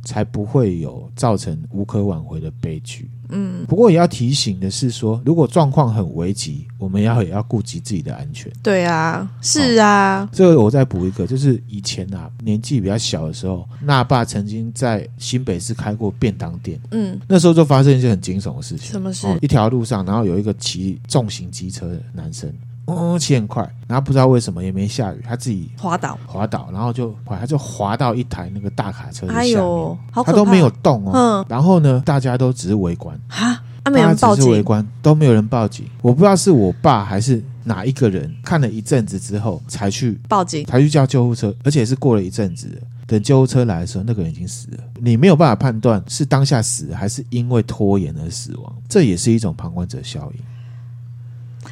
Speaker 1: 才不会有造成无可挽回的悲剧。
Speaker 2: 嗯，
Speaker 1: 不过也要提醒的是说，如果状况很危急，我们要也要顾及自己的安全。
Speaker 2: 对啊，是啊，
Speaker 1: 这个我再补一个，就是以前啊，年纪比较小的时候，那爸曾经在新北市开过便当店，
Speaker 2: 嗯，
Speaker 1: 那时候就发生一件很惊悚的事情。
Speaker 2: 什么事？
Speaker 1: 哦，一条路上，然后有一个骑重型机车的男生，嗯，骑很快，然后不知道为什么也没下雨，他自己
Speaker 2: 滑倒？
Speaker 1: 滑倒，然后就他就滑到一台那个大卡车的下
Speaker 2: 哎
Speaker 1: 面，
Speaker 2: 呦，好可
Speaker 1: 他都
Speaker 2: 怕！
Speaker 1: 没有动哦。
Speaker 2: 嗯
Speaker 1: 然后呢，大家都只是围观，
Speaker 2: 哈，啊，
Speaker 1: 大
Speaker 2: 没有
Speaker 1: 家
Speaker 2: 人
Speaker 1: 只
Speaker 2: 报
Speaker 1: 是围
Speaker 2: 警。
Speaker 1: 观，都没有人报警。我不知道是我爸还是哪一个人看了一阵子之后才去
Speaker 2: 报警，
Speaker 1: 才去叫救护车，而且是过了一阵子了，等救护车来的时候，那个人已经死了。你没有办法判断是当下死还是因为拖延而死亡，这也是一种旁观者效应。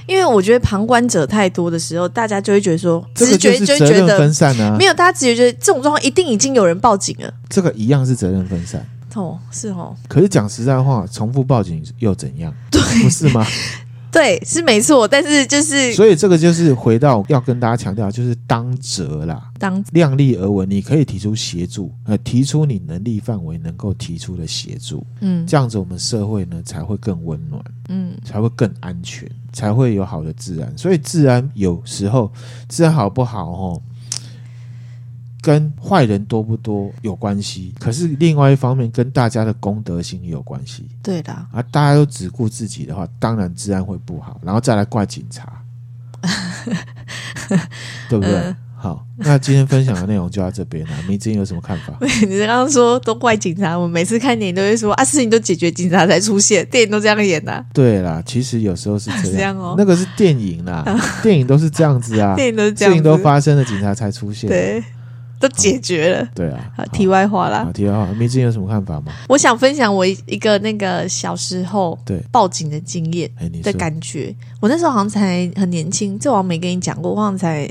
Speaker 2: 因为我觉得旁观者太多的时候，大家就会觉得说，
Speaker 1: 这个
Speaker 2: 直
Speaker 1: 就
Speaker 2: 觉
Speaker 1: 是
Speaker 2: 就会
Speaker 1: 责
Speaker 2: 觉
Speaker 1: 任
Speaker 2: 得
Speaker 1: 分散啊
Speaker 2: 没，有，大家直觉觉得这种状况一定已经有人报警了。
Speaker 1: 这个一样是责任分散。
Speaker 2: 哦，是哦，
Speaker 1: 可是讲实在话，重复报警又怎样？对，不是 吗？
Speaker 2: 对，是没错，但是就是
Speaker 1: 所以这个就是回到要跟大家强调，就是当责啦，
Speaker 2: 当
Speaker 1: 量力而为。你可以提出协助，呃，提出你能力范围能够提出的协助，
Speaker 2: 嗯
Speaker 1: 这样子我们社会呢才会更温暖。
Speaker 2: 嗯
Speaker 1: 才会更安全，才会有好的治安。所以治安有时候治安好不好哦，跟坏人多不多有关系，可是另外一方面跟大家的公德心也有关系。
Speaker 2: 对啦，
Speaker 1: 啊，大家都只顾自己的话，当然治安会不好，然后再来怪警 察，对不对？
Speaker 2: 嗯
Speaker 1: 好，那今天分享的内容就到这边了。明真有什么看法？
Speaker 2: 你刚刚说都怪警察，我每次看电影都会说啊，事情都解决，警察才出现，电影都这样演啊的、
Speaker 1: 对啦，其实有时候是这样，
Speaker 2: 这样哦
Speaker 1: 那个是电影 啦，电影都是这样子啊，
Speaker 2: 电影 都是这
Speaker 1: 事
Speaker 2: 样
Speaker 1: 情
Speaker 2: 子，
Speaker 1: 都发生了，警察才出现。
Speaker 2: 对，都解决了。
Speaker 1: 对啊，
Speaker 2: 好，题外话啦
Speaker 1: 好，题外话，明志有什么看法吗？
Speaker 2: 我想分享我一一个那个小时候
Speaker 1: 对
Speaker 2: 报警的经验
Speaker 1: 哎，你
Speaker 2: 的
Speaker 1: 说
Speaker 2: 感觉。我那时候好像才很年轻，这我好像没跟你讲过，我好像才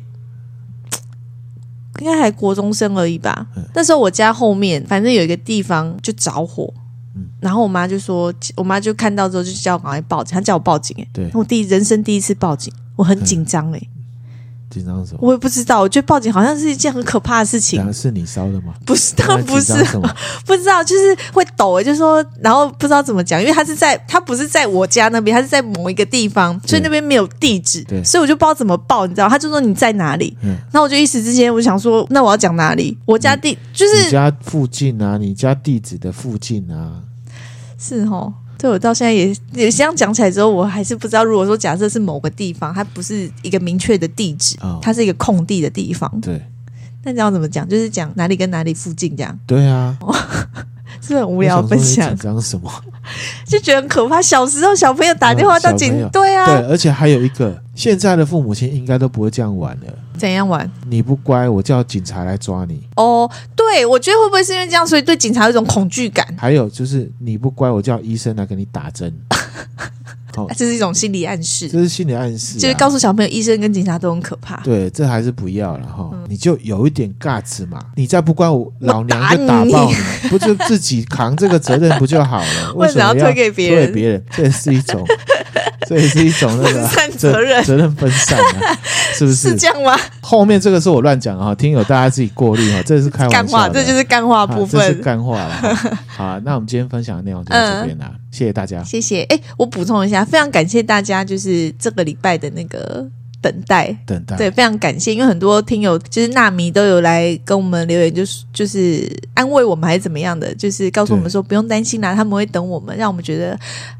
Speaker 2: 应该还国中生而已吧。
Speaker 1: 嗯
Speaker 2: 那时候我家后面反正有一个地方就着火。
Speaker 1: 嗯
Speaker 2: 然后我妈就说，我妈就看到之后就叫我赶快报警，她叫我报警、欸，
Speaker 1: 对嗯
Speaker 2: 我第一人生第一次报警，我很紧张、欸，
Speaker 1: 紧张什么？
Speaker 2: 我也不知道，我觉得报警好像是一件很可怕的事情
Speaker 1: 然，后是你烧 的吗？
Speaker 2: 不是，当然不是
Speaker 1: 啊那紧张 什么？
Speaker 2: 不知道，就是会抖，就说，然后不知道怎么讲，因为他是在他不是在我家那边，他是在某一个地方，所以那边没有地址
Speaker 1: 对，
Speaker 2: 所以我就不知道怎么报，你知道？他就说你在哪里，
Speaker 1: 嗯
Speaker 2: 然后我就一时之间我想说，那我要讲哪里？我家地就
Speaker 1: 嗯你
Speaker 2: 是
Speaker 1: 家附近啊，你家地址的附近啊，
Speaker 2: 是哦。对，我到现在也也这样讲起来之后，我还是不知道。如果说假设是某个地方，它不是一个明确的地址，
Speaker 1: 哦
Speaker 2: 它是一个空地的地方，
Speaker 1: 对
Speaker 2: 那你要怎么讲？就是讲哪里跟哪里附近这样，
Speaker 1: 对啊，
Speaker 2: 是不是很无
Speaker 1: 我
Speaker 2: 聊
Speaker 1: 想说
Speaker 2: 分
Speaker 1: 你
Speaker 2: 享
Speaker 1: 紧，张什么？
Speaker 2: 就觉得很可怕。小时候小朋友打电话
Speaker 1: 嗯小
Speaker 2: 到
Speaker 1: 朋
Speaker 2: 警
Speaker 1: 友，
Speaker 2: 对啊，
Speaker 1: 对，而且还有一个，现在的父母亲应该都不会这样玩了。
Speaker 2: 怎样玩？
Speaker 1: 你不乖，我叫警察来抓你。
Speaker 2: 哦，对，我觉得会不会是因为这样，所以对警察有一种恐惧感？
Speaker 1: 还有就是你不乖，我叫医生来给你打针。哦
Speaker 2: 这是一种心理暗示，
Speaker 1: 这是心理暗示啊、
Speaker 2: 就是告诉小朋友，医生跟警察都很可怕。
Speaker 1: 对，这还是不要了哈。
Speaker 2: 嗯
Speaker 1: 你就有一点 guts 嘛，你再不关我，老娘就
Speaker 2: 打
Speaker 1: 打
Speaker 2: 你
Speaker 1: 爆你，不就自己扛这个责任不就好了？为
Speaker 2: 为
Speaker 1: 什
Speaker 2: 什么
Speaker 1: 么
Speaker 2: 要推给别
Speaker 1: 推
Speaker 2: 人
Speaker 1: 给别人？这也是一种， 这也是一种那个
Speaker 2: 分
Speaker 1: 啊
Speaker 2: 散责任
Speaker 1: 责任分散 啊，是不
Speaker 2: 是
Speaker 1: 是？
Speaker 2: 这样吗？
Speaker 1: 后面这个是我乱讲啊，听友大家自己过滤哈，这是开
Speaker 2: 干
Speaker 1: 玩
Speaker 2: 话，
Speaker 1: 笑的，
Speaker 2: 这就是干话部
Speaker 1: 啊这是
Speaker 2: 分。
Speaker 1: 干话了。哈好啊，那我们今天分享的内容就到这边
Speaker 2: 嗯
Speaker 1: 啦，谢谢大家。
Speaker 2: 谢谢。哎，我补充一下，非常感谢大家，就是这个礼拜的那个等待。
Speaker 1: 等待，
Speaker 2: 对，非常感谢，因为很多听友就是纳米都有来跟我们留言，就是就是安慰我们还是怎么样的，就是告诉我们说不用担心啦、他们会等我们，让我们觉得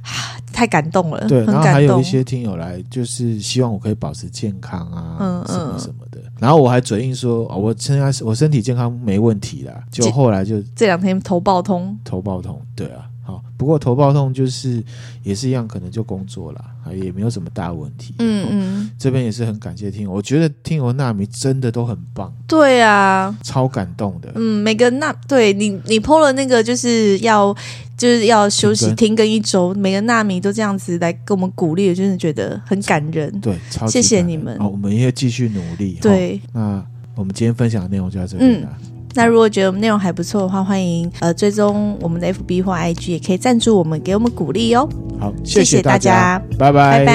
Speaker 2: 啊太感动了，
Speaker 1: 对，
Speaker 2: 很
Speaker 1: 然后还
Speaker 2: 感
Speaker 1: 有
Speaker 2: 动
Speaker 1: 一。些听友来，就是希望我可以保持健康啊，
Speaker 2: 嗯
Speaker 1: 什么
Speaker 2: 嗯
Speaker 1: 什么的。然后我还嘴硬说，哦、我现在是我身体健康没问题啦。就
Speaker 2: 这
Speaker 1: 后来就
Speaker 2: 这两天头爆通，
Speaker 1: 头爆痛，对啊，好，不过头爆痛就是也是一样，可能就工作啦，啊也没有什么大问题。
Speaker 2: 嗯
Speaker 1: 哦，
Speaker 2: 嗯，
Speaker 1: 这边也是很感谢听友，我觉得听友纳米真的都很棒，
Speaker 2: 对啊，
Speaker 1: 超感动的。
Speaker 2: 嗯，每个纳对你你 PO 了那个就是要就是要休息
Speaker 1: 停更
Speaker 2: 停更一周，每个纳米都这样子来跟我们鼓励，真的觉得很感人。
Speaker 1: 对，超级
Speaker 2: 谢谢
Speaker 1: 感人
Speaker 2: 你们
Speaker 1: 哦，我们也要继续努力。哦，
Speaker 2: 对，
Speaker 1: 那我们今天分享的内容就到这里啦。
Speaker 2: 那如果觉得我们内容还不错的话，欢迎呃追踪我们的 FB 或 IG，也可以赞助我们，给我们鼓励哦。
Speaker 1: 好，
Speaker 2: 谢
Speaker 1: 谢
Speaker 2: 谢大
Speaker 1: 大
Speaker 2: 家
Speaker 1: 拜拜
Speaker 2: 拜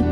Speaker 2: 拜